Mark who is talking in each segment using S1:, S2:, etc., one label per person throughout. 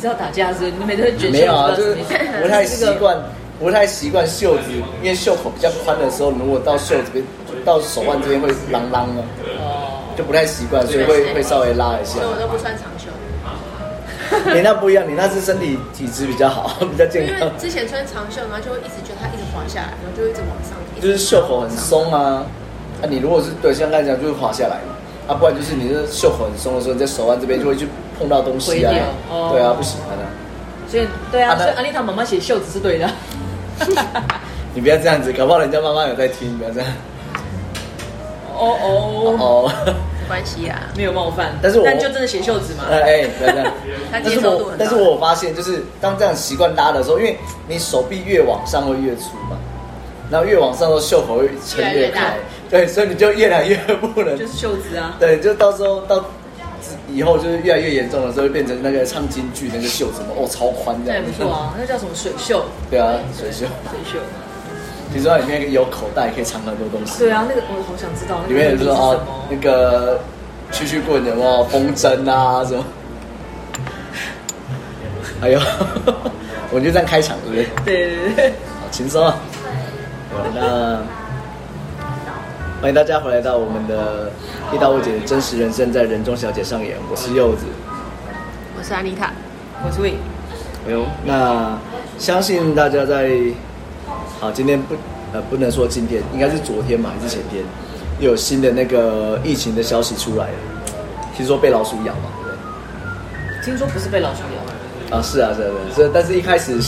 S1: 是要打架是不是？你每次会卷
S2: 没有啊，
S1: 袖
S2: 就
S1: 子
S2: 是
S1: 你
S2: 不太习惯，不太习惯袖子，因为袖口比较宽的时候，如果到袖子边到手腕这边会啷啷的，
S1: 哦，
S2: 就不太习惯，所以会会稍微拉一下
S3: 所以。我都不穿长袖，
S2: 你那不一样，你那是身体体质比较好， 比较健
S3: 因为
S2: 康，
S3: 之前穿长袖，然后就会一直觉得它一直滑下来，然后就一直往上，一直
S2: 就是袖口很松啊。那、你如果是对像刚才讲，就是滑下来嘛。啊，不然就是你的袖口很松的时候，你在手腕这边就会去碰到东西啊
S1: 回流哦，
S2: 对啊，不喜欢啊。
S1: 所以对啊，
S2: 啊那
S1: 所以安丽塔妈妈写袖子是对的。
S2: 你不要这样子，搞不好人家妈妈有在听，不要这样。
S1: 哦哦，
S2: 哦，
S3: 没关系啊。
S1: 没有冒犯，
S2: 但是我
S1: 但就真的写袖子嘛。
S2: 哎哎，不要这样。
S3: 它
S2: 但
S3: 接
S2: 是
S3: 受度
S2: 我
S3: 很高。
S2: 但是我发现，就是当这样习惯拉的时候，因为你手臂越往上会越粗嘛，然后越往上的时候袖口会撑
S3: 越来越大
S2: 开，对，所以你就越来越不能，
S1: 就是袖子啊，
S2: 对，就到时候到以后就是越来越严重的时候，就变成那个唱京剧那个袖子嘛，哦，超宽这
S1: 那也
S2: 样，
S1: 不错，啊，那叫什么水袖？
S2: 对啊，水袖，
S1: 水袖。
S2: 你知道里面有口袋可以藏很多东西，
S1: 对啊，那个我好想知道，那
S2: 里
S1: 个
S2: 面有
S1: 是
S2: 就
S1: 什么
S2: 说哦，那个蛐蛐棍有没有哦风筝啊什么，哎呦， 我们就这样开场对不对？
S1: 对对对，
S2: 好轻松啊。好那欢迎大家回来到我们的《一刀未剪的真实人生》在人中小姐上演，我是柚子。
S3: 我是安妮塔，
S1: 我是 Win，
S2: 哎呦，那相信大家在好今天不呃不能说今天，应该是昨天嘛还是前天，又有新的那个疫情的消息出来了，听说被老鼠咬嘛，对不对？
S1: 听说不是被老鼠咬，
S2: 啊，是啊，是啊，是啊，是但是一开始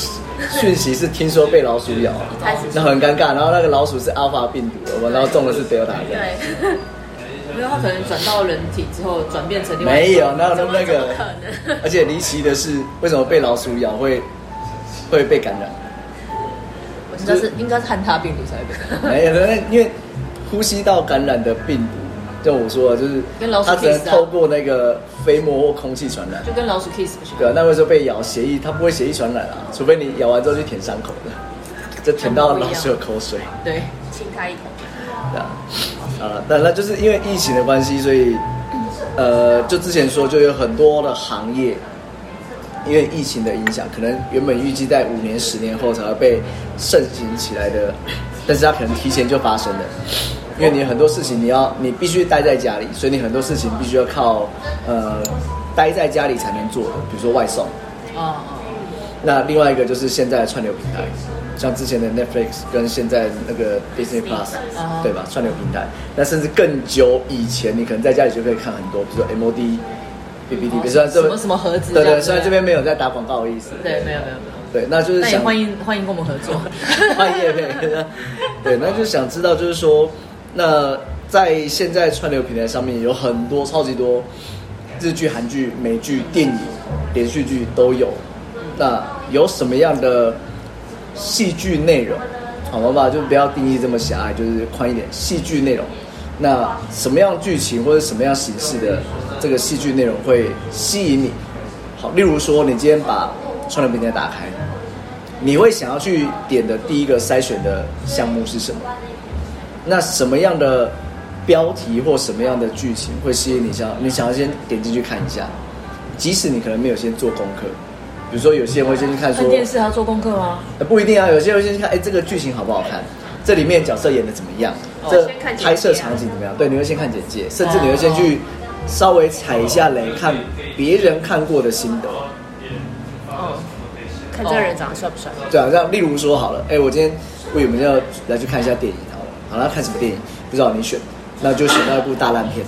S2: 讯息是听说被老鼠咬，啊
S3: 开始是
S2: 那很尴尬。然后那个老鼠是阿尔法病毒，然后中的是德尔塔，这样
S3: 对，
S1: 没有，它可能转到人体之后转变成另外一
S2: 没
S1: 种
S2: 有，哪有那
S3: 怎
S2: 么
S3: 么
S2: 那
S3: 怎么
S2: 个
S3: 可？能？
S2: 而且离奇的是，为什么被老鼠咬会会被感染？
S1: 我应该是应该是汉他病毒才会被感染，
S2: 没有，那哎因为呼吸道感染的病毒，就我说的，就是
S1: 跟老鼠
S2: 它只能
S1: kiss 啊
S2: 透过那个飞沫或空气传染。
S1: 就跟老鼠 kiss 不行。
S2: 对啊，那为什么被咬血液？它不会血液传染啊，除非你咬完之后去舔伤口的，就舔到老鼠的口水。
S1: 对，
S3: 亲他一口，
S2: 对啊，好了，但那就是因为疫情的关系，所以呃，就之前说，就有很多的行业因为疫情的影响，可能原本预计在五年、十年后才会被盛行起来的，但是它可能提前就发生了。因为你很多事情你要你必须待在家里，所以你很多事情必须要靠呃待在家里才能做的，比如说外送。
S1: 哦
S2: 那另外一个就是现在的串流平台，像之前的 Netflix 跟现在那个 Disney Plus，
S1: 哦
S2: 对吧？串流平台，那甚至更久以前，你可能在家里就可以看很多，比如说 MOD、BBD，比如说这
S1: 哦什么什么盒子
S2: 对
S1: 这样
S2: 对，
S1: 子
S2: 虽然这边没有在打广告的意思，
S1: 哦，对，没有没有没有。
S2: 对，那就是
S1: 那也
S2: 想，
S1: 欢迎欢迎跟我们合作
S2: 换业配，啊 对，那就想知道，就是说，那在现在串流平台上面有很多超级多日剧、韩剧、美剧、电影、连续剧都有。那有什么样的戏剧内容？好吧吧，就不要定义这么狭隘，就是宽一点。戏剧内容，那什么样剧情或者什么样形式的这个戏剧内容会吸引你？好，例如说，你今天把串流平台打开，你会想要去点的第一个筛选的项目是什么？那什么样的标题或什么样的剧情会吸引你想你想要先点进去看一下？即使你可能没有先做功课，比如说有些人会先去看说
S1: 看，电视还要做功课吗？
S2: 呃不一定啊，有些人会先去看，哎，这个剧情好不好看？这里面角色演的怎么样？
S1: 哦
S2: 这
S3: 先看简介啊
S2: 拍摄场景怎么样？对，你会先看简介，甚至你会先去稍微踩一下雷，看别人看过的心得。
S3: 看这个人长得帅不帅？
S2: 对啊，像例如说好了，哎、我今天为我们要来去看一下电影好了，好了，看什么电影不知道你选，那就选到一部大烂片，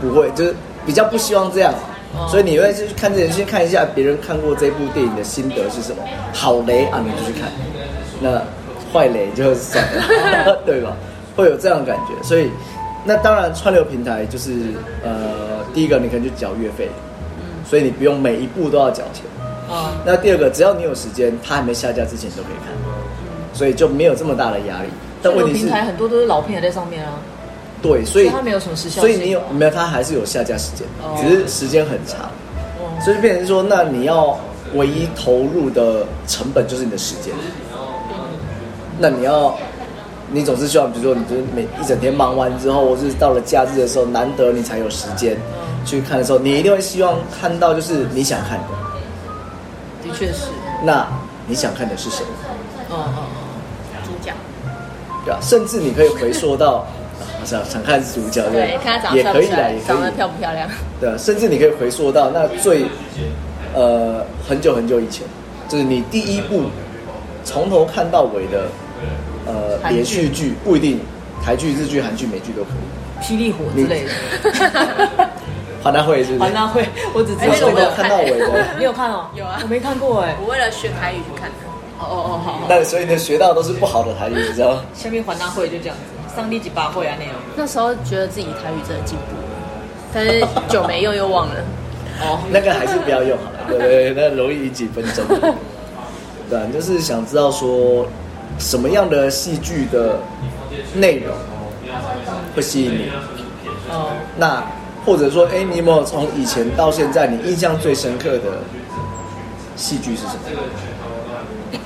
S2: 不会就是比较不希望这样嘛。所以你会去看这人，先看一下别人看过这部电影的心得是什么，好雷啊，你就去看，那坏雷就算了，对吧？会有这样的感觉，所以那当然串流平台就是呃，第一个你可能就缴月费，所以你不用每一部都要缴钱，
S1: 啊，
S2: 那第二个，只要你有时间，它还没下架之前你都可以看，所以就没有这么大的压力。但问题
S1: 平
S2: 是，
S1: 台很多都是老片也在上面啊，
S2: 对，
S1: 所
S2: 所以
S1: 以它没有什么时效性
S2: 所以你有没有？它还是有下架时间
S1: 哦，
S2: 只是时间很长，
S1: 哦，
S2: 所以就变成说，那你要唯一投入的成本就是你的时间。那你要，你总是需要，比如说，你就是每一整天忙完之后，或是到了假日的时候，难得你才有时间去看的时候，你一定会希望看到就是你想看的。
S1: 的确是，
S2: 那你想看的是谁？
S1: 嗯嗯嗯，
S3: 主角，
S2: 对啊，甚至你可以回溯到 啊想想看主角的，
S1: 对，看他长得
S2: 也
S1: 帅
S2: 可
S1: 不
S2: 以啦，
S1: 帅
S2: 也，可
S1: 长得
S2: 以
S1: 漂不漂亮，
S2: 对啊，甚至你可以回溯到那最呃很久很久以前，就是你第一部从头看到尾的呃
S1: 韩剧
S2: 连续剧，不一定台剧、日剧、韩剧、美剧都可以。
S1: 霹雳火之类的。
S2: 华纳会是不
S1: 好，
S2: 是？
S1: 那会，我只知
S2: 你
S1: 道
S3: 哎那
S2: 从
S3: 个
S2: 头
S1: 这个。
S2: 看到尾的，
S1: 你有看哦？
S3: 有啊
S1: 我没看过哎。
S3: 我为了学台语去看的，
S1: 哦哦哦，好。
S2: 但所以你的学到都是不好的台语，你知道吗？
S1: 下面还大会就这样子，上帝几把会啊那样。
S3: 那时候觉得自己台语真的进步了，但是久没用又忘了。
S1: 哦，
S2: 那个还是不要用好了，对 对对，那容易引起纷争。 对啊，就是想知道说什么样的戏剧的内容会吸引你，
S1: 哦，
S2: 那或者说，哎，你有没有从以前到现在你印象最深刻的戏剧是什么？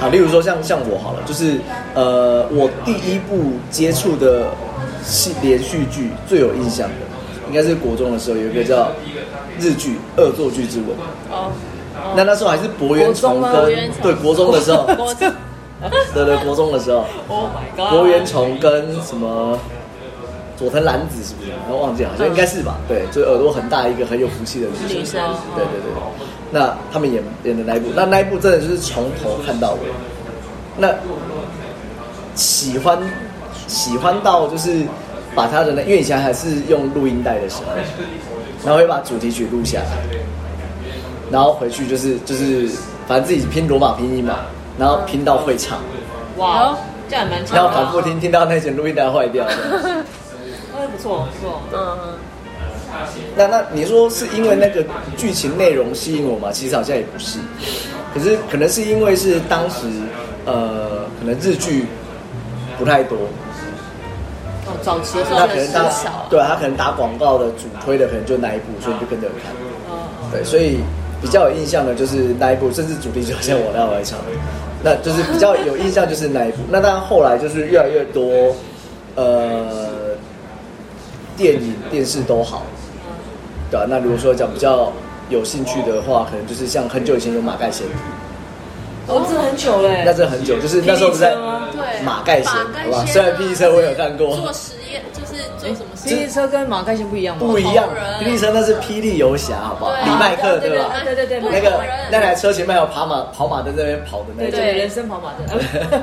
S2: 啊，例如说像像我好了，就是呃，我第一部接触的戏连续剧最有印象的，应该是国中的时候有一个叫日剧《恶作剧之吻》。
S1: 哦，
S2: 那那时候还是博元重
S1: 国中吗博
S2: 跟
S1: 元重
S2: 对国中 的时候，
S1: 国中
S2: 对对国中的时候，
S1: 哦，Oh my god，
S2: 博元崇跟什么佐藤蓝子是不是？我忘记了，好像应该是吧？对，就是耳朵很大一个很有福气的女生。
S1: 女生
S2: 对对对。那他们演演的那一部，那那一部真的就是从头看到尾。那喜欢喜欢到就是把他的那，因为以前还是用录音带的时候，然后会把主题曲录下来，然后回去就是就是反正自己拼罗马拼音嘛，然后拼到会唱。
S1: 哇，这样还蛮强的
S2: 然
S1: 啊，
S2: 后反复听，听到那些录音带坏掉的。
S1: 哎，不错不错，
S3: 嗯，
S2: 那那你说是因为那个剧情内容吸引我吗？其实好像也不是，可是可能是因为是当时呃，可能日剧不太多，
S1: 哦，早期的时候
S2: 那可
S1: 真的
S2: 能
S1: 是
S2: 打
S1: 少，
S2: 对他可能打广告的主推的可能就那一部，
S1: 啊
S2: 所以就跟着看。
S1: 嗯，
S2: 对，所以比较有印象的就是那一部，甚至主题曲好像我那我来唱，那就是比较有印象就是那 一部。那当然后来就是越来越多，呃，电影、电视都好，对啊，那如果说讲比较有兴趣的话，可能就是像很久以前有马盖先，
S1: 哦，这很久嘞，
S2: 那这很久，就是那时候不是在
S1: E 霹雳车吗
S3: 对，
S2: 马盖先，
S3: 马盖
S2: 好吧？
S3: 先啊
S2: 虽然霹雳车我有看过，嗯
S3: 做实验就是做什么
S1: 霹雳
S3: 事？
S1: 车跟马盖先不一样吗？
S2: 不一样
S3: 好人，
S2: 霹雳车那是霹雳游侠，好不好？
S3: 对
S2: 李麦克对吧？
S1: 对对对，
S3: 不
S2: 那
S1: 那个
S2: 个那台车前面有跑马跑马灯在那边跑的那
S1: 对
S2: 种，
S1: 对人生跑 马灯，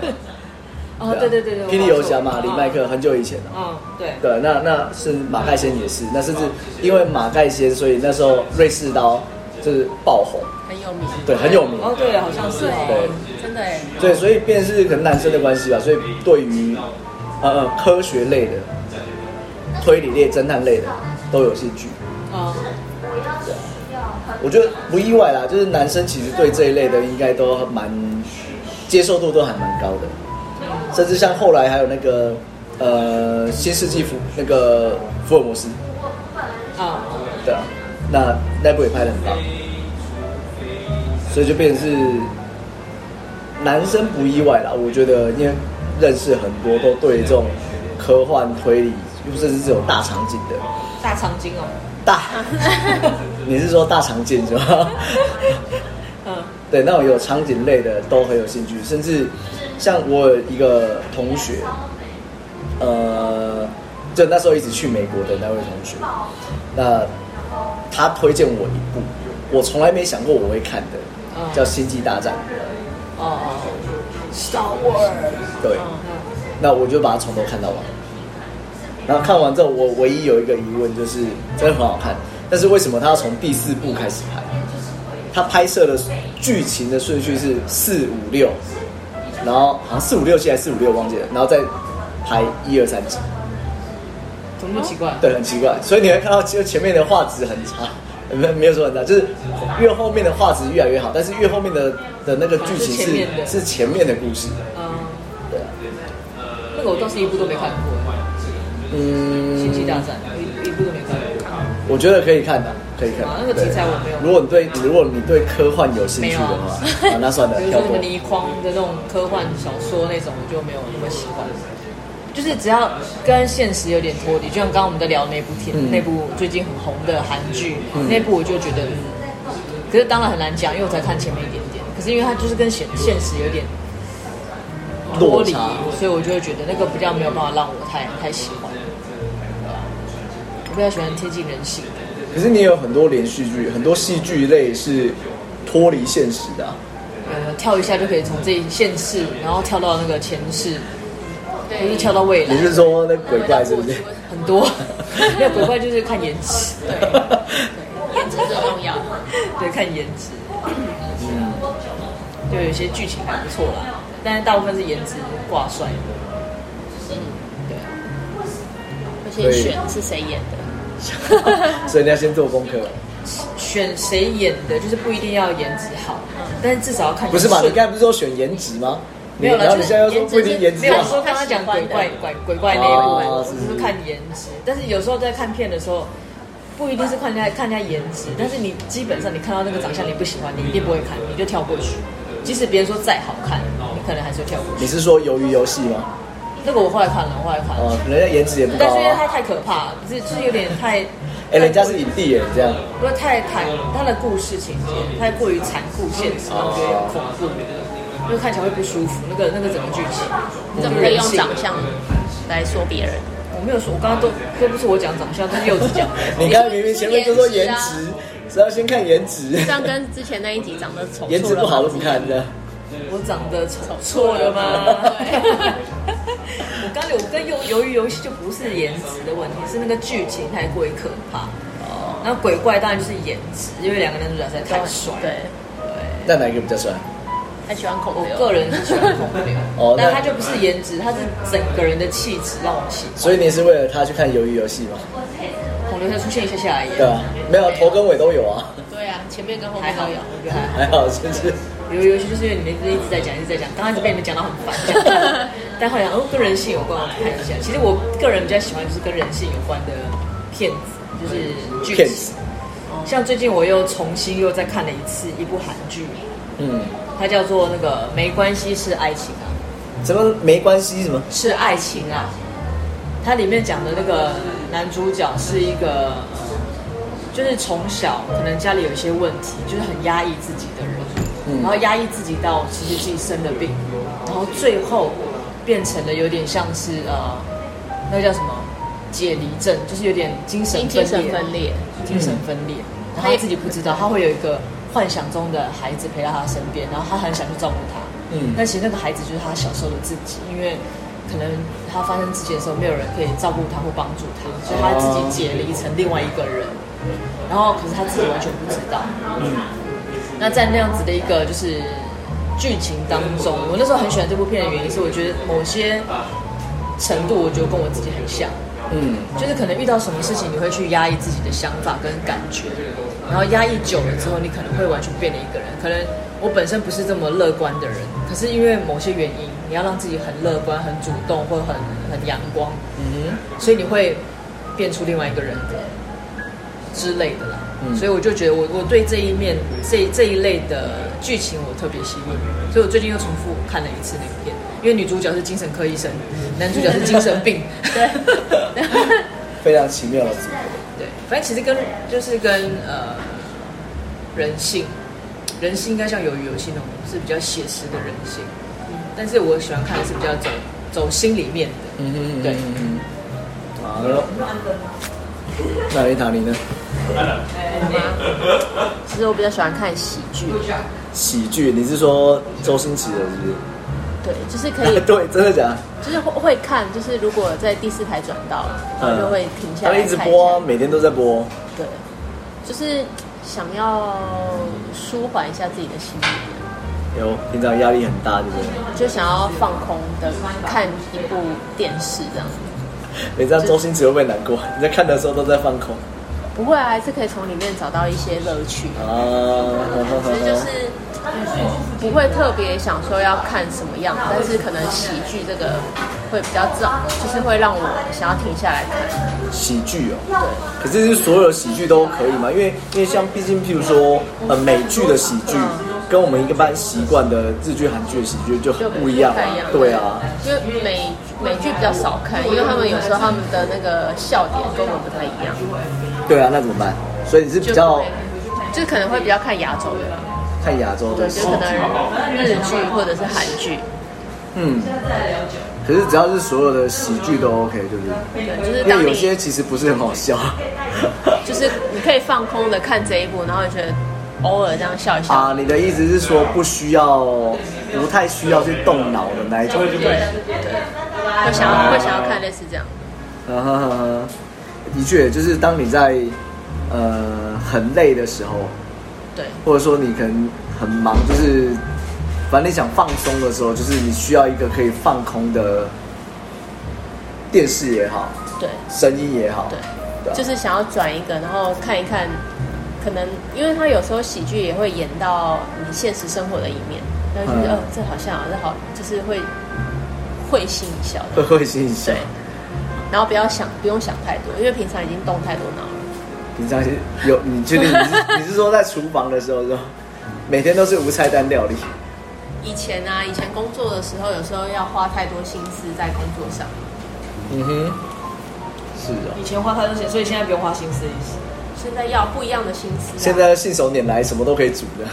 S1: 哦对对对对，
S2: 霹雳啊游侠嘛，李麦
S1: 啊，
S2: 克很久以前了、
S1: 嗯对，
S2: 对，那那是马盖先也是，那甚至因为马盖先，所以那时候瑞士刀就是爆红，
S3: 很有名，
S2: 对，很有名。
S1: 哦对，好像是哦，
S3: 对，真的哎，
S2: 对，所以便是可能男生的关系吧，所以对于呃呃科学类的、推理类、侦探类的都有兴趣。
S1: 啊，
S2: 我觉得不意外啦，就是男生其实对这一类的应该都蛮接受度都还蛮高的，甚至像后来还有那个呃新世纪福那个福尔摩斯，
S1: 啊，
S2: 对啊，那那部也拍的很棒，所以就变成是男生不意外啦。我觉得因为认识很多都对这种科幻推理，甚至这种大场景的
S1: 大长今哦，
S2: 大， 你是说大场景是吧？
S1: 嗯，
S2: 对，那种有场景类的都很有兴趣，甚至像我有一个同学，呃，就那时候一直去美国的那位同学，那他推荐我一部我从来没想过我会看的，叫《星际大战
S1: 哦哦，》。
S2: 对，
S1: 嗯
S2: 那我就把它从头看到完。然后看完之后，我唯一有一个疑问就是，真的很好看，但是为什么他要从第四部开始拍？他拍摄的剧情的顺序是四五六，然后好像四五六现在四五六忘记了，然后再拍一二三集，
S1: 怎么那么奇怪？
S2: 对，很奇怪。所以你会看到，其实前面的画质很差，没没有说很差，就是越后面的画质越来越好，但是越后面的的那个剧情
S1: 是前面的
S2: 是是前面的故事。
S1: 嗯，
S2: 对啊，
S1: 那个我倒是一部都没看过，《
S2: 嗯，
S1: 星际大战》我一一部都没看过。
S2: 我觉得可以看的，可以看
S1: 啊。那个题材我没有
S2: 对如果你对如果你对科幻有兴趣的话，
S1: 没有啊
S2: 啊，那算了
S1: 比，如
S2: 跳
S1: 说什
S2: 过
S1: 么。倪匡的那种科幻小说那种，我就没有那么喜欢。就是只要跟现实有点脱离，就像刚刚我们在聊的那部片、
S2: 嗯
S1: 那部最近很红的韩剧，
S2: 嗯
S1: 那部我就觉得嗯可是当然很难讲，因为我才看前面一点点。可是因为它就是跟现现实有点脱
S2: 落
S1: 离
S2: 差，
S1: 所以我就会觉得那个比较没有办法让我太太喜欢。啊我比较喜欢贴近人性的，
S2: 可是你也有很多连续剧，很多戏剧类是脱离现实的啊、
S1: 呃，跳一下就可以从这一现世，然后跳到那个前世，或
S3: 对
S1: 是跳到未来
S2: 你，是说那鬼怪是不是？
S1: 很多。 那鬼怪就是看颜值，
S3: 颜值最重要。
S1: 对，看颜值。就有些剧情还不错啦，但是大部分是颜值挂帅的。
S3: 而且选是谁演的，
S2: 所以你要先做功课，
S1: 选谁演的，就是不一定要颜值好，但是至少要看
S2: 不是吧？你
S1: 顺
S2: 刚才不是说选颜值吗？你
S1: 没有啦
S2: 然后你
S1: 就是
S2: 现在又说不一定颜
S3: 颜值
S1: 没
S2: 值啊
S1: 有我
S3: 是
S2: 好
S1: 说，刚刚讲鬼怪鬼鬼怪那一部
S2: 哦
S1: 分，
S2: 是是
S1: 就是看颜值，但是有时候在看片的时候。不一定是看人家看人家颜值，但是你基本上你看到那个长相你不喜欢，你一定不会看，你就跳过去。即使别人说再好看，你可能还是会跳过去。
S2: 你是说鱿鱼游戏吗？
S1: 那个我后来看了，我后来看了，
S2: 哦，人家颜值也不高
S1: 但是因为它
S2: 啊。
S1: 太可怕，就是就是有点太，
S2: 哎，人家是影帝耶，这样。
S1: 因为太残，它的故事情节太过于残酷现实，让
S2: 哦
S1: 我觉得有点恐怖，因为看起来会不舒服。那个那个整个剧情，
S3: 你怎么可以用长相来说别人？
S1: 我没有说，我刚刚都都不是我讲长相，都是柚子讲。
S2: 你刚才明明前面就说颜
S1: 啊
S2: 值，是要先看颜值，
S3: 这样跟之前那一集长得丑，
S2: 颜值不好都不看的。
S1: 我长得丑错了 吗？我刚才我跟鱿鱿鱼游戏就不是颜值的问题，是那个剧情太过于可怕。
S2: 哦
S1: 然后鬼怪当然就是颜值，因为两个男主角实在太帅。
S3: 对，
S2: 那哪一个比较帅？
S3: 很喜欢恐
S1: 我
S3: 流。
S1: 个人是喜欢孔
S2: 哦
S1: 刘，
S2: 那
S1: 但他就不是颜值，他是整个人的气质让我喜欢。
S2: 所以你是为了他去看鱿鱼游戏吗？
S1: 孔刘才出现一下下而已，
S2: 对啊，没有头跟尾都有啊，
S3: 对啊，前面跟后
S1: 还
S3: 面都
S1: 好，
S3: 有。
S1: 我觉得还好。
S2: 还好是不是？
S1: 有游戏就是因为你们一直在讲，一直在讲，刚开始被你们讲到很烦，这样但后来想哦跟人性有关，我看一下。其实我个人比较喜欢就是跟人性有关的片子，就是剧
S2: 骗
S1: 集
S2: 子。，
S1: 像最近我又重新又再看了一次一部韩剧，
S2: 嗯，
S1: 它叫做那个《没关系是爱情啊》，
S2: 什么没关系什么？
S1: 是爱情啊。它里面讲的那个男主角是一个，就是从小可能家里有一些问题，就是很压抑自己的人，
S2: 嗯
S1: 然后压抑自己到其实自己生了病，然后最后变成了有点像是呃，那个叫什么解离症，就是有点精神
S3: 精
S1: 分裂，
S3: 神分裂，嗯
S1: 精神分裂，然后他自己不知道，他会有一个幻想中的孩子陪在他身边，然后他很想去照顾他。
S2: 嗯
S1: 但其实那个孩子就是他小时候的自己，因为可能他发生事情的时候，没有人可以照顾他或帮助他，所以他自己解离成另外一个人。然后，可是他自己完全不知道。那在那样子的一个就是剧情当中，我那时候很喜欢这部片的原因是，我觉得某些程度，我觉得跟我自己很像。
S2: 嗯，
S1: 就是可能遇到什么事情，你会去压抑自己的想法跟感觉，然后压抑久了之后，你可能会完全变了一个人。可能我本身不是这么乐观的人，可是因为某些原因，你要让自己很乐观、很主动或很很阳光，
S2: 嗯
S1: 所以你会变出另外一个人之类的啦。
S2: 嗯
S1: 所以我就觉得我我对这一面这这一类的剧情我特别吸引，所以我最近又重复看了一次那个片，因为女主角是精神科医生，男主角是精神病。
S3: 对，
S2: 哼，非常奇妙的组合。
S1: 对，反正其实跟就是跟呃人性，人性应该像鱿鱼游戏那种是比较写实的人性，但是我喜欢看的是比较走走心里面的。
S2: 嗯哼，
S1: 对
S2: 嗯哼，好了。那雷塔尼呢？
S3: 其实我比较喜欢看喜剧，
S2: 喜剧，你是说周星驰的，是不是？，
S3: 对，就是可以
S2: 对，真的假的？
S3: 就是会会看，就是如果在第四台转到，然后就会停下
S2: 他
S3: 来
S2: 们
S3: 看
S2: 一直
S3: 下
S2: 播啊，每天都在播。
S3: 对，就是想要舒缓一下自己的心理，
S2: 有，平常压力很大，对不对？
S3: 就想要放空的看一部电视这样。
S2: 你这样周星驰会不会难过？你在看的时候都在放空
S3: 不会啊，还是可以从里面找到一些乐趣。
S2: 啊？
S3: 其实就是不会特别想说要看什么样，但是可能喜剧这个会比较早，就是会让我想要停下来看。
S2: 喜剧哦，可是是所有的喜剧都可以吗？因为因为像毕竟譬如说呃美剧的喜剧
S3: 嗯
S2: 跟我们一个般习惯的日剧、韩剧的喜剧就很不一样
S3: 不太一
S2: 啊
S3: 样，
S2: 对啊，
S3: 因为美美剧比较少看，因为他们有时候他们的那个笑点跟我们不太一样，
S2: 对啊，那怎么办？所以你是比较
S3: 就可能会比较看亚洲的，
S2: 看亚洲
S3: 对，
S2: 的，
S3: 就 可能日剧或者是韩剧，
S2: 嗯。可是只要是所有的喜剧都 OK，就是
S3: 对，就是
S2: 因为
S3: 当
S2: 有些
S3: 你
S2: 其实不是很好笑。
S3: 就是你可以放空的看这一部，然后你觉得偶尔这样笑一笑，
S2: 啊，你的意思是说不需要，不太需要去动脑的那一种？
S3: 对对，会想要会想要看类似这样，
S2: 嗯哼哼哼的确，就是当你在呃很累的时候，
S3: 对
S2: 或者说你可能很忙，就是反正你想放松的时候，就是你需要一个可以放空的电视也好，
S3: 对
S2: 声音也好，
S3: 对，
S2: 对啊
S3: 就是想要转一个，然后看一看，可能因为他有时候喜剧也会演到你现实生活的一面，然后就觉得
S2: 嗯
S3: 哦，这好像这好，就是会会心一笑的
S2: 会，会心一笑
S3: 对。然后不要想，不用想太多，因为平常已经动太多脑了。
S2: 平常有你确定你是你是说在厨房的时候是吧？每天都是无菜单料理，
S3: 以前啊，以前工作的时候，有时候要花太多心思在工作上，
S2: 嗯哼，是啊。
S1: 以前花太多钱，所以现在不用花心思。
S3: 现在要不一样的心思、啊。
S2: 现在信手拈来，什么都可以煮的。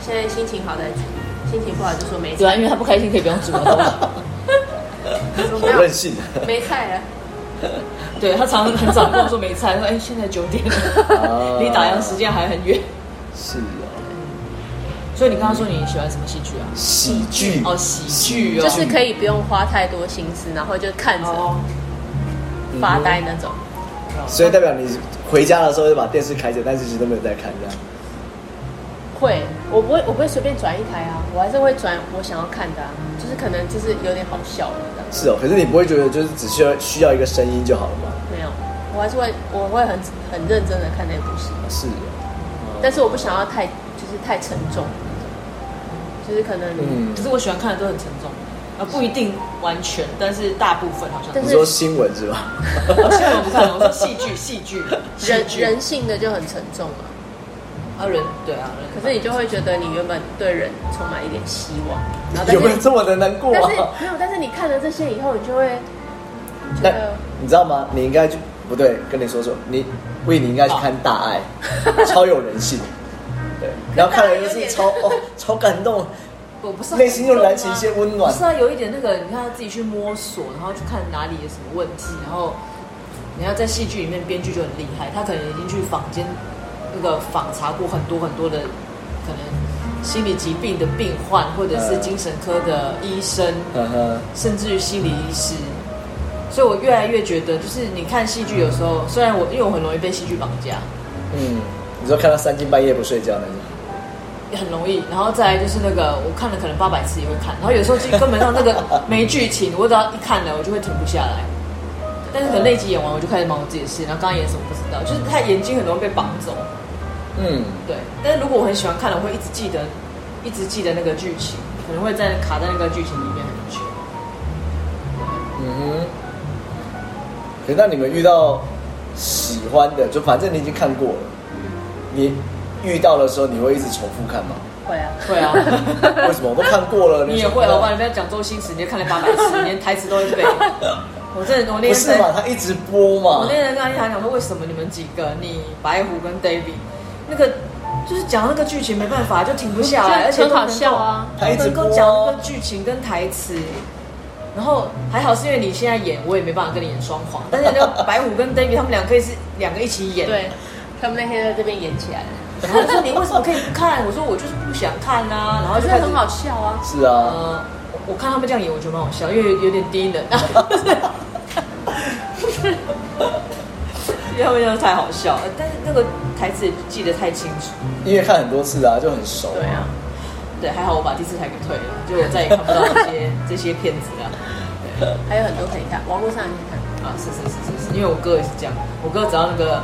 S3: 现在心情好再煮，心情不好就说没
S1: 对啊，
S3: 菜，
S1: 因为他不开心可以不用煮了。
S3: 说
S2: 好
S3: 没有
S2: 任性啊
S3: 没菜啊了。
S1: 对他常常很早跟我说没菜，说哎、现在九点
S2: 啊，
S1: 离打烊时间还很远。
S2: 是哦，
S1: 所以你刚刚说你喜欢什么戏剧啊？
S2: 喜剧
S1: 哦，喜剧哦，
S3: 就是可以不用花太多心思，然后就看着
S1: 哦，
S2: 嗯
S3: 发呆那种。
S2: 所以代表你回家的时候就把电视开着，但是其实都没有在看这样。
S3: 会，我不会，我不会随便转一台啊，我还是会转我想要看的、啊，就是可能就是有点好笑了这样。
S2: 是哦，可是你不会觉得就是只需要需要一个声音就好了吗？
S3: 没有，我还是会，我会很很认真的看那部戏，
S2: 是哦，
S3: 但是我不想要太就是太沉重那种，就是可能，
S2: 嗯
S1: 可，是我喜欢看的都很沉重，啊，不一定完全，但是大部分好像都
S3: 但
S2: 你
S1: 是。
S3: 是
S2: 说新闻是吧？
S3: 啊
S1: 哦现在我不看了，我说戏剧，戏剧，
S3: 人
S1: 戏剧
S3: 人性的就很沉重啊。
S1: 啊人，对啊人。
S3: 可是你就会觉得你原本对人充满一点希望，然后但
S2: 有没有
S3: 是
S2: 这么的难过
S3: 但
S2: 啊
S3: 是？ 没有，但是你看了这些以后，你就会觉
S2: 那
S3: 得。
S2: 你知道吗？你应该去不对，跟你说说，你为你应该去看《大 爱》，超有人性。对，然后看了就是超哦，超感 动，
S1: 我不是
S2: 内心又燃起一些温暖
S1: 不是啊，有一点那个，你看他自己去摸索，然后去看哪里有什么问题，然后你要在戏剧里面，编剧就很厉害，他可能已经去坊间那个访查过很多很多的可能心理疾病的病患，或者是
S2: 嗯
S1: 精神科的医生，
S2: 呵呵，
S1: 甚至于心理医师。所以我越来越觉得，就是你看戏剧有时候，虽然我因为我很容易被戏剧绑架，
S2: 嗯，你说看到三更半夜不睡觉那种。
S1: 很容易，然后再来就是那个我看了可能八百次也会看，然后有时候就根本上那个 没剧情，我只要一看了我就会停不下来。但是可能那一集演完，我就开始忙我自己的事，然后刚刚演什么不知道，就是他眼睛很容易被绑走。
S2: 嗯，
S1: 对，但是如果我很喜欢看了，我会一直记得，一直记得那个剧情，可能会在卡在那个剧情里面很久。
S2: 嗯哼。可那你们遇到喜欢的，就反正你已经看过了，你遇到的时候你会一直重复看吗？
S3: 会啊，
S1: 会啊，
S2: 为什么我都看过了？
S1: 你也
S2: 想哎
S1: 会，啊
S2: 看
S1: 老板，你不要讲周星驰，你就看了八百次，你连台词都会 背。我真的，我那
S2: 不
S1: 天
S2: 是
S1: 在
S2: 嘛？他一直播
S1: 我
S3: 哦
S2: 嘛
S1: 那。天跟安一涵讲说，为什么你们几个，你白虎跟 David，那个就是讲那个剧情没办法，就停不下来，而且
S3: 很好笑啊
S1: 都
S2: 他一
S1: 能够
S2: 直
S1: 能够
S2: 播
S1: 讲那个剧情跟台词。然后还好是因为你现在演，我也没办法跟你演双簧。但是那个白虎跟 David 他们两个可以是两个一起演。。
S3: 对，他们那天在这边演起来了，
S1: 然后就说你为什么可以不看？我说我就是不想看啊。然后
S3: 我
S1: 就
S3: 觉
S1: 开
S3: 得
S1: 始
S3: 很好笑啊。
S2: 是啊，
S1: 呃，我我看他们这样演，我觉得蛮好笑，因为有点低能。 因为他们真的太好笑了，但是那个台词也记得太清楚。
S2: 因为看很多次啊，就很熟。
S3: 对啊，
S1: 对，还好我把第四台给退了，就我再也看不到这些 这些片子了。
S3: 还有很多可以看，网络上也可以看。
S1: 啊，是是是是是，因为我哥也是这样，我哥只要那个，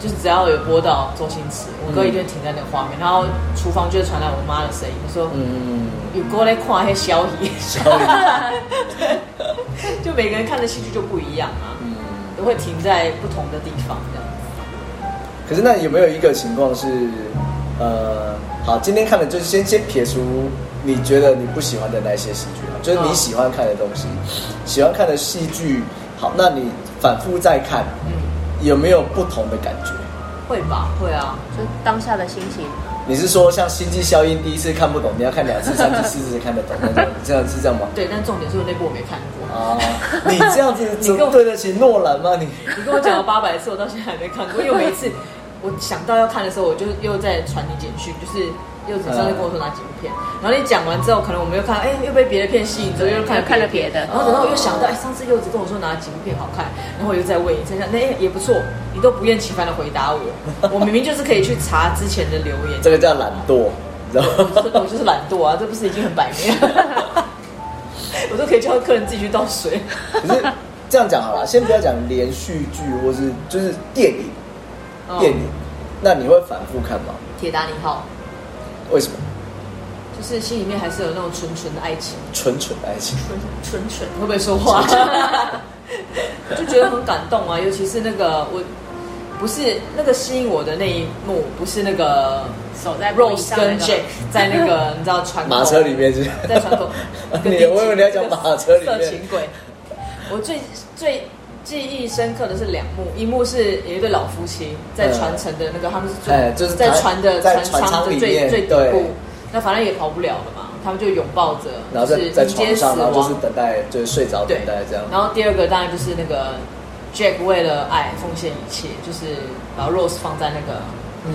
S1: 就是只要有播到周星驰，我哥一定会停在那个画面，然后厨房就会传来我妈的声音，说。
S2: 嗯，
S1: 有过来看黑消息，
S2: 消息
S1: 对 就每个人看的戏剧就不一样啊，
S2: 嗯。
S1: 都会停在不同的地方这样。
S2: 可是那有没有一个情况是，呃，好，今天看的就是先先撇除你觉得你不喜欢的那些戏剧啊，就是你
S1: 嗯
S2: 喜欢看的东西，喜欢看的戏剧，好，那你反复再看，
S1: 嗯，
S2: 有没有不同的感觉？
S1: 会吧，会啊，
S3: 就当下的心情。
S2: 你是说像《星际效应》第一次看不懂，你要看两次、三次、四次看得懂，那种这样是这样 吗？
S1: 对，但重点是那部我没看过。
S2: 啊，你这样子
S1: 你跟我
S2: 对得起诺兰吗？你
S1: 你跟我讲了八百次，我到现在还没看过，因为我每一次 我想到要看的时候，我就又在传你简讯，就是又你上次跟我说哪几部片，然后你讲完之后，可能我们又看，哎、又被别的片吸引之后，又看
S3: 又看了
S1: 片
S3: 别的
S1: 然后等到我又想到，哎、上次柚子跟我说哪几部片好看，然后我又再问一次，想那、哎也不错，你都不厌其烦的回答我，我明明就是可以去查之前的留言，
S2: 这个叫懒惰，你知道
S1: 我
S2: 吗？
S1: 就是我就是懒惰啊，这不是已经很摆明 了？我都可以叫客人自己去倒水。
S2: 可是这样讲好了，先不要讲连续剧或是就是电影，
S1: 哦
S2: 电影，那你会反复看吗？
S1: 铁达尼号，
S2: 为什么？
S1: 就是心里面还是有那种纯纯的爱情，
S2: 纯纯爱情，
S1: 纯纯纯，会不会说话？ 就觉得很感动啊，尤其是那个我，不是那个吸引我的那一幕，不是那个
S3: 手在玻璃
S1: Rose
S3: 上的那
S1: 跟
S3: 个
S1: Jack 在那 个你知道船口
S2: 马车里面是，
S1: 在船口
S2: 你我以为你要讲马车里面
S1: 色情鬼。我最最记忆深刻的是两幕，一幕是有一对老夫妻在
S2: 嗯
S1: 船程的那个，他们是坐
S2: 哎就是
S1: 在
S2: 他
S1: 船的
S2: 在
S1: 船
S2: 船
S1: 舱
S2: 舱
S1: 的
S2: 里
S1: 最
S2: 面
S1: 最底
S2: 对
S1: 部，那反正也逃不了了嘛，他们就拥抱着，
S2: 然后在
S1: 就是
S2: 在
S1: 迎接
S2: 床
S1: 死
S2: 上，然
S1: 亡。
S2: 后就是等待，就是睡着等
S1: 对
S2: 待这样。
S1: 然后第二个当然就是那个 Jack 为了爱奉献一切，就是把 Rose 放在那个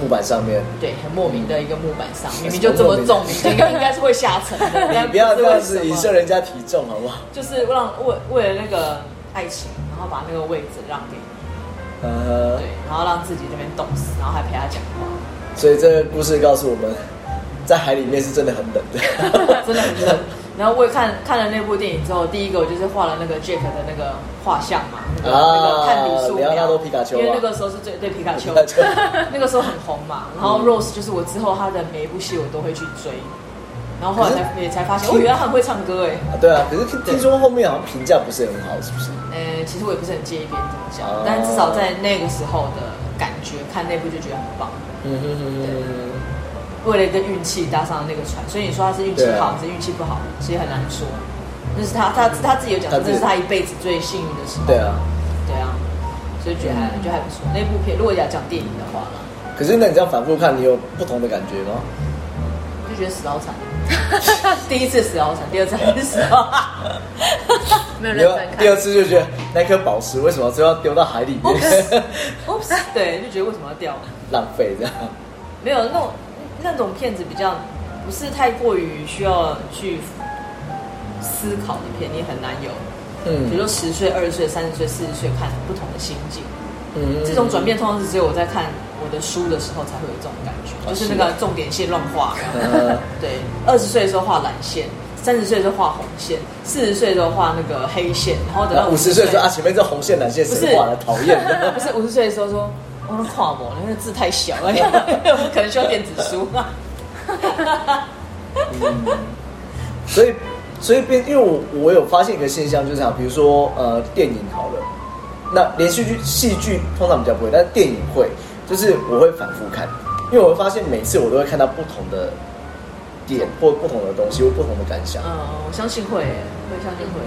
S2: 木板上 面，
S1: 对很莫名的一个木板 上，
S2: 嗯
S1: 明明就这么重，明明应该应该是会下沉 的。
S2: 你不要这样子
S1: 影
S2: 影射人家体重好不好？
S1: 就是让为为了那个爱情，然后把那个位置让给你，
S2: 呃
S1: 对，，然后让自己这边冻死，然后还陪他讲话，
S2: 所以这个故事告诉我们，在海里面是真的很 冷的，
S1: 真的很冷。然后我也看看了那部电影之后，第一个我就是画了那个 Jack 的那个画像嘛，那个、那个
S2: 啊
S1: 看理数
S2: 莱
S1: 表，
S2: 昂纳多皮卡丘啊
S1: 因为那个时候是最对皮卡丘，
S2: 皮卡丘
S1: 那个时候很红嘛。然
S2: 嗯
S1: 后 Rose 就是我之后他的每一部戏我都会去追，然后后来才也才发现，哦，原来他很会唱歌哎。
S2: 啊对啊，可是听听说后面好像评价不是很好，是不是？
S1: 呃，其实我也不是很介意别人怎么讲
S2: 哦，
S1: 但至少在那个时候的感觉，看那部就觉得很棒。
S2: 嗯哼哼哼哼。
S1: 为了一个运气搭上了那个船，所以你说他是运气
S2: 对
S1: 好
S2: 啊
S1: 还是运气不好，其实很难说。那是他他他自己有讲，
S2: 他
S1: 说，
S2: 自己
S1: 这是他一辈子最幸运的时候。
S2: 对啊，
S1: 对啊，所以觉得还
S2: 嗯
S1: 就还不错。那部片如果要讲电影的话啦，
S2: 可是那你这样反复看，你有不同的感觉吗？
S1: 就觉得死 好惨。第一次死好惨，第二次还是死好 惨。
S3: 没有
S2: 你
S3: 认
S2: 有
S3: 真看
S2: 第。二次就觉得那颗宝石为什么最后要丢到海里面，
S1: Oops，对，就觉得为什么要掉？
S2: 浪费这样。
S1: 没有那种那种片子比较不是太过于需要去思考的片，你很难有，比如
S2: 嗯
S1: 说十岁、二十岁、三十岁、四十岁看不同的心境。
S2: 嗯
S1: 这种转变通常是只有我在看我的书的时候才会有这种感觉，
S2: 哦
S1: 就是那
S2: 是
S1: 个
S2: 啊
S1: 重点线乱画。啊
S2: 呃
S1: 对，二十岁的时候画蓝线，三十岁的时候画红线，四十岁的时候画那个黑线，然后等到
S2: 五十
S1: 50
S2: 岁说 啊，前面这红线蓝线
S1: 不
S2: 是
S1: 是
S2: 画的，讨厌的。
S1: 不是五十岁的 时候说，我那跨模，那个字太小了， 我们可能需要电子书。啊
S2: 所以，所以变，因为我我有发现一个现象，就是啊，比如说呃，电影好了，那连续剧、戏剧通常比较不会，但是电影会，就是我会反复看，因为我会发现每次我都会看到不同的点或不同的东西或不同的感想。
S1: 嗯，我相信会，我也相信会。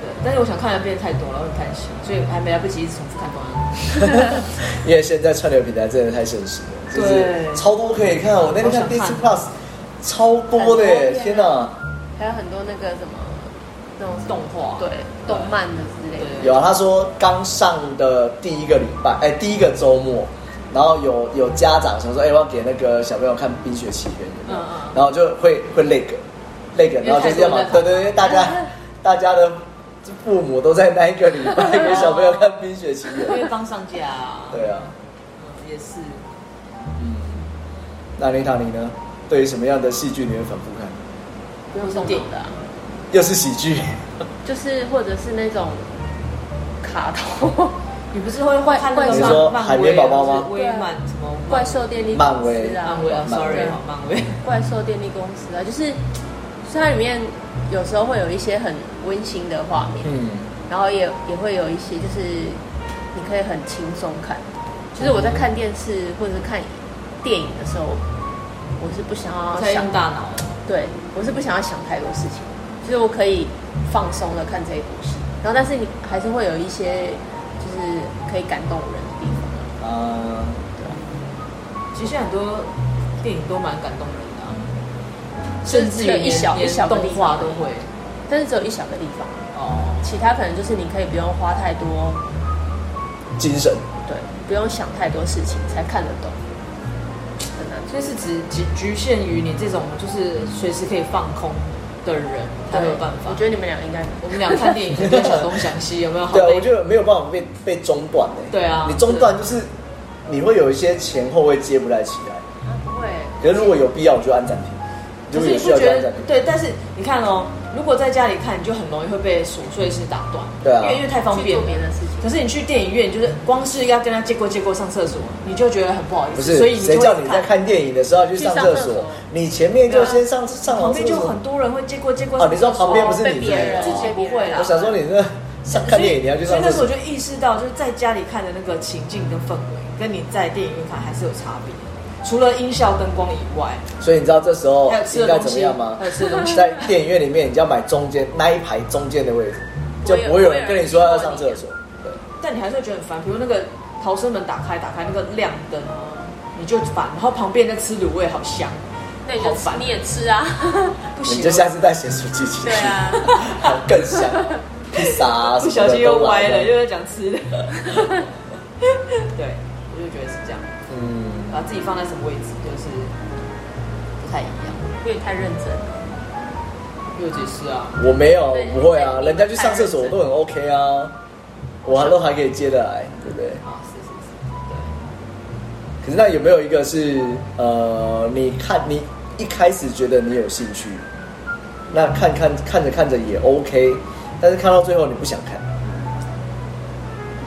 S1: 对，但是我想看的变太多了，会很贪心，所以还没来不及一直重复看完。
S2: 因为现在串流平台真的太盛行了，就是
S1: 对
S2: 超多可以看。我那天看
S1: 好
S2: d i
S1: 想
S2: s
S1: 看
S2: Plus 超多的耶
S3: 很多片啊
S2: 天哪！
S3: 还有很多那个什么那种什么
S1: 动画
S3: 对动漫的之类的。
S1: 对
S2: 有啊，他说刚上的第一个礼拜，哎、第一个周末，然后有有家长想说，哎、我要给那个小朋友看《冰雪奇缘》有没有
S1: 嗯嗯
S2: 然后就会会那个那个，
S1: 因为
S2: 然后就是要嘛
S1: 太，多
S2: 对
S1: 人
S2: 对对，因为大家 大家的父母都在那一个礼拜给
S1: 啊
S2: 小朋友看《冰雪奇
S1: 因
S2: 缘
S1: 为》，刚上架、啊，
S2: 对啊，
S1: 嗯，也是。
S2: 嗯，那林塔你呢？对于什么样的戏剧你会反复看？
S3: 不用动脑的啊、
S2: 又是喜剧，
S3: 就是或者是那种卡 通
S1: 你不是会会看那
S3: 怪
S1: 个
S3: 兽
S1: 漫
S2: 你说
S1: 漫
S2: 海
S1: 威
S2: 绵宝宝吗
S1: 就是威漫什么
S3: 啊 怪兽电力公
S2: 漫威
S3: 司啊，
S1: 漫威啊
S2: 漫
S1: ，sorry，
S2: 威
S1: 好漫威。
S3: 怪兽电力公司啊，就是就是它里面有时候会有一些很温馨的画面，
S2: 嗯，
S3: 然后也也会有一些就是你可以很轻松看，就是我在看电视或者是看电影的时候，我是不想要
S1: 我在
S3: 想
S1: 用大脑，
S3: 对，我是不想要想太多事情，就是我可以放松的看这一部戏，然后但是你还是会有一些就是可以感动人的地方啊。
S2: 啊、
S3: 对啊
S1: 其实现在很多电影都蛮感动人的啊、
S3: 就是
S1: 甚至于
S3: 只有一
S1: 连
S3: 小一
S1: 连
S3: 小个
S1: 动
S3: 地
S1: 画
S3: 方
S1: 都会
S3: 但是只有一小个地方，
S1: 哦，
S3: 其他可能就是你可以不用花太多，
S2: 精神。
S3: 对，不用想太多事情才看得懂，很难。
S1: 所以是只局局限于你这种就是随时可以放空的人才没有办法
S3: 我。觉得你们俩应该，
S1: 我们俩看电影对小东想西，有没有好
S2: 对啊，
S1: 累
S2: 我觉得没有办法被被中断哎、
S1: 对啊
S2: 你中断就是你会有一些前后会接不太起来。
S3: 啊不会，
S2: 可是如果有必要，我就按暂停。
S1: 可
S2: 如
S1: 是
S2: 果
S1: 你
S2: 有需
S1: 不
S2: 要就
S1: 觉
S2: 按
S1: 得
S2: 暂停。
S1: 对？但是你看哦，如果在家里看，你就很容易会被琐碎事打断，
S2: 对啊
S1: 因为因为太方
S3: 去
S1: 便
S3: 做。别的事情。
S1: 可是你去电影院，就是光是要跟他借过借过上厕所，你就觉得很不好意
S2: 不
S1: 思，
S2: 是
S1: 所以你就
S2: 谁
S1: 会
S2: 叫你在
S1: 看，
S2: 看电影的时候要去上
S3: 去上
S2: 厕
S3: 厕
S2: 所
S3: 所？
S2: 你前面就先上上
S1: 啊哦旁
S2: 完
S1: 边
S2: 厕
S1: 就
S2: 所
S1: 很。多人会借过借过上
S2: 啊
S1: 厕所。
S2: 你说旁边不是
S3: 被
S2: 你
S3: 别人
S2: 自
S1: 己
S3: 被别人
S1: 不会啦
S2: 我想说你那上看电影你要去
S1: 所以
S2: 上
S1: 那时
S2: 厕
S1: 候我
S2: 所
S1: 就。意识到，就是在家里看的那个情境跟氛围，跟你在电影院看还是有差别。除了音效、灯光以外，
S2: 所以你知道这时候
S1: 还有吃
S2: 应
S1: 的
S2: 该
S1: 东
S2: 怎么
S1: 西，
S2: 样吗
S1: 还？有吃的东西。
S2: 在电影院里面，你就要买中间那一排中间的位置，就不会有人跟你说要上厕所。对，
S1: 但你还是会觉得很烦，比如那个逃生门打开，打开那个亮灯，啊你就烦。然后旁边在吃卤味，好香，
S3: 那你就
S1: 好
S3: 吃
S1: 烦
S3: 你也吃啊，
S1: 不
S2: 你
S1: 行
S2: 就，下次带咸酥鸡进去，
S3: 对啊，
S2: 更香。披 萨啊，
S1: 不
S2: 什么
S1: 小
S2: 的
S1: 心又
S2: 都来
S1: 歪了，又在讲吃的。 对，我就觉得是这样，
S2: 嗯，
S1: 把自己放在什么位置就是不太一样。
S3: 因为你太认真了。
S1: 因为我自己是啊，
S2: 我没有
S3: 对，
S2: 不会啊，
S3: 你
S2: 人家去上厕所我都很 OK 啊，我还都还可以接得来，对不对？
S1: 啊是是是，
S2: 可是那有没有一个是呃，你看你一开始觉得你有兴趣，那看看看着看着也 OK，但是看到最后你不想看，
S1: 嗯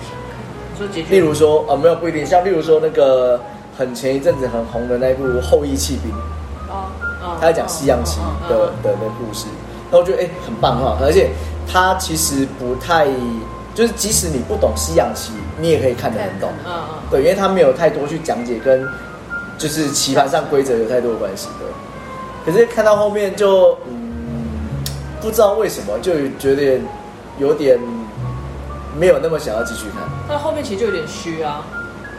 S1: 对，说解决。
S2: 例如说呃没有不一定，像例如说那个很前一阵子很红的那一部《后羿弃兵》，
S3: 哦，
S1: 嗯，
S2: 他在讲西洋棋
S1: 嗯嗯嗯
S2: 的的那故事，然后我觉得哎、很棒哈，而且他其实不太就是即使你不懂西洋棋，你也可以看得很懂，
S1: 嗯嗯
S2: 对，因为他没有太多去讲解跟就是棋盘上规则有太多的关系的。可是看到后面就嗯，不知道为什么就觉得有点没有那么想要继续看，
S1: 嗯，但后面其实就有点虚 啊。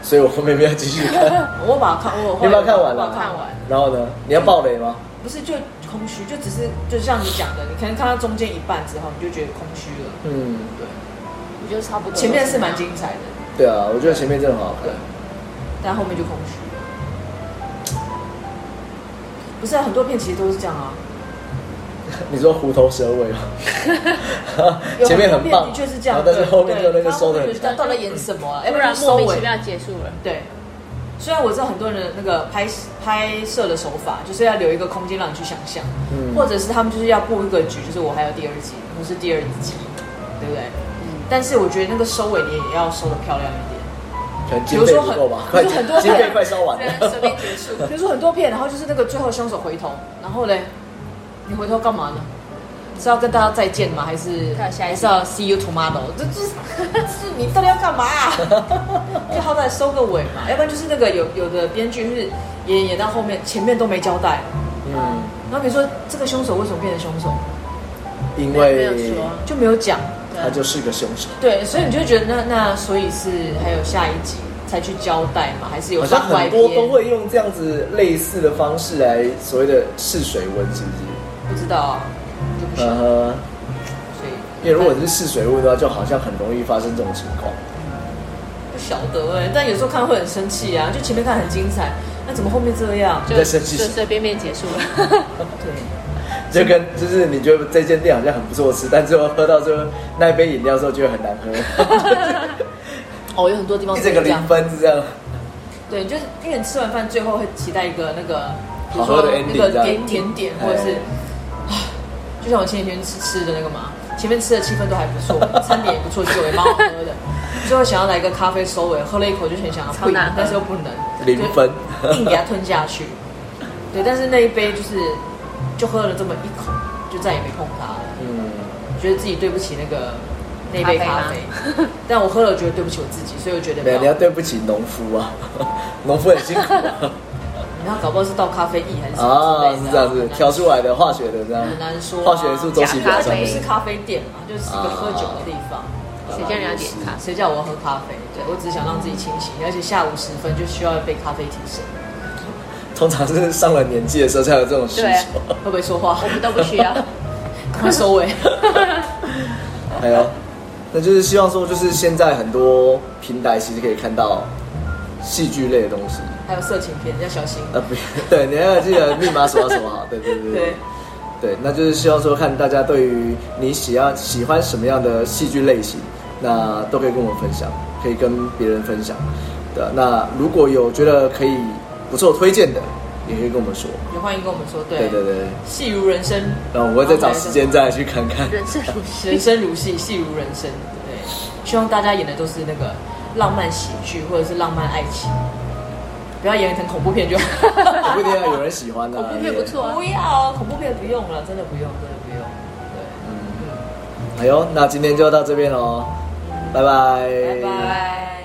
S2: 所以我后面没有继续看。
S1: 我把它 看，我
S2: 你把它看
S1: 我
S2: 完了
S1: 把它看完，
S2: 然后呢，你要爆雷吗？
S1: 不是就空虚，就只是就像你讲的，你可能看到中间一半之后，你就觉得空虚了。
S2: 嗯，
S1: 对，
S3: 我觉得差不多。
S1: 前面是蛮精彩的，
S2: 对啊，我觉得前面真的很好看
S1: 对。，但后面就空虚了。不是、啊、很多片其实都是这样啊，
S2: 你说虎头蛇尾吗？
S1: 有
S2: 前面
S1: 多
S2: 很棒，啊
S1: 片的确是这样
S2: 然后，但是
S1: 对
S2: 后面就那
S1: 对
S2: 个
S1: 然后
S2: 收的
S1: 后
S2: 很嗯
S1: 面就
S2: 强
S1: 到底演什么啊？要不
S3: 不然
S1: 然
S3: 莫
S1: 收
S3: 名
S1: 尾
S3: 其。妙结束 了。
S1: 对，虽然我知道很多人的那个拍拍摄的手法，就是要留一个空间让你去想象，
S2: 嗯
S1: 或者是他们就是要布一个局，就是我还有第二集，我是第二集，对不对？但是我觉得那个收尾你也要收的漂亮一点。
S2: 可能
S1: 比
S2: 经
S1: 如
S2: 费
S1: 说
S2: 不
S1: 很
S2: 够 吧，
S1: 比
S2: 快
S1: 如说很多
S2: 经费
S1: 片
S2: 快烧 完
S3: 虽然随
S2: 了。
S3: 便结束，
S1: 比如说很多片，然后就是那个最后凶手回头，然后嘞，你回头干嘛呢？是要跟大家再见吗？还是
S3: 看下一
S1: 还
S3: 集
S1: 是要 see you tomorrow？这这这是你到底要干嘛、啊？ 就好歹收个尾嘛，要不然就是那个有有的编剧是演演到后面，前面都没交代，
S2: 嗯，
S1: 然后你说这个凶手为什么变成凶手，
S2: 因
S3: 没
S2: 为
S3: 有说
S1: 就没有讲。
S2: 他就是个凶手，
S1: 对，所以你就觉得那那所以是还有下一集才去交代嘛，还是有
S2: 好像
S1: 番外
S2: 很多
S1: 篇？
S2: 都会用这样子类似的方式来所谓的试水温，是不
S1: 不知道啊，就不
S2: 是？
S1: 晓
S2: 嗯
S1: 得，
S2: 哼，
S1: 所以
S2: 嗯因为如果是试水温的话，就好像很容易发生这种情况。
S1: 不晓得哎、但有时候看会很生气啊，就前面看很精彩，那怎么后面这样？
S2: 你在生气
S3: 就随便便结束了。
S1: 对，
S2: 就跟就是你觉得这间店好像很不错吃，但最后喝到最后那一杯饮料之后，觉得很难 喝，
S1: 哦，有很多地方
S2: 一
S1: 是
S2: 整个
S1: 这样
S2: 零。分是这样。
S1: 对，就是因为你吃完饭最后会期待一个那个，比如
S2: 好喝
S1: 说
S2: 的
S1: 那
S2: ending 这
S1: 个
S2: 样
S1: 甜甜点，或者是
S2: 哎，
S1: 就像我前几天吃吃的那个嘛，前面吃的气氛都还不 错，餐点也不错，酒也蛮好喝的，最后想要来一个咖啡收尾，喝了一口就很想要
S3: 超
S1: 退
S3: 难喝，
S1: 但是又不能，
S2: 零分
S1: 就硬给它吞下去。对，但是那一杯就是就喝了这么一口，就再也没碰它了。
S2: 嗯，
S1: 觉得自己对不起那个那杯咖啡， 但我喝了觉得对不起我自己，所以我觉得
S2: 没有，
S1: 没
S2: 你
S1: 有
S2: 要。对不起农夫啊， 农夫很辛苦啊，
S1: 然后搞不好是倒咖啡液还是什么
S2: 啊
S1: 之类的
S2: 是这样子
S1: 很难
S2: 调出来的化学的这样，
S1: 很难说啊
S2: 化学元素周期表
S3: 假咖
S2: 上
S1: 它
S3: 啡
S1: 不
S2: 面
S1: 是咖啡店嘛，就是一个喝酒的地方。
S3: 谁叫你要点
S2: 啊
S3: 咖啡？
S1: 谁叫我要喝咖啡？对我只是想让自己清醒，而且下午时分就需要一杯咖啡提神。
S2: 通常是上了年纪的时候才有这种需
S3: 对啊
S2: 求。
S1: 会不会说话？
S3: 我们都不 需要。
S1: 快收尾。
S2: 还有，那就是希望说，就是现在很多平台其实可以看到戏剧类的东西。
S1: 还有色情片要小心。
S2: 呃，不，对，你要记得密码锁要什么好？对对对
S1: 对
S2: 对，对，那就是希望说看大家对于你喜要喜欢什么样的戏剧类型，那都可以跟我们分享，可以跟别人分享。对，啊那如果有觉得可以不错推荐的，也可以跟我们说。
S1: 也欢迎跟我们说。
S2: 对对对，
S1: 戏如人生，
S2: 那我会再找时间再去看看。
S3: 人生如戏，
S1: 人生如戏，戏如人生。对，希望大家演的都是那个浪漫喜剧或者是浪漫爱情，不要演成恐怖片就好。
S2: 也不一定要有人喜欢
S1: 哦
S2: 的、啊，
S3: 恐怖片不错
S1: 不要恐怖片不用了，真的不用，真的不用。对，
S2: 也。哎呦，那今天就到这边喽，拜拜。
S1: 拜拜。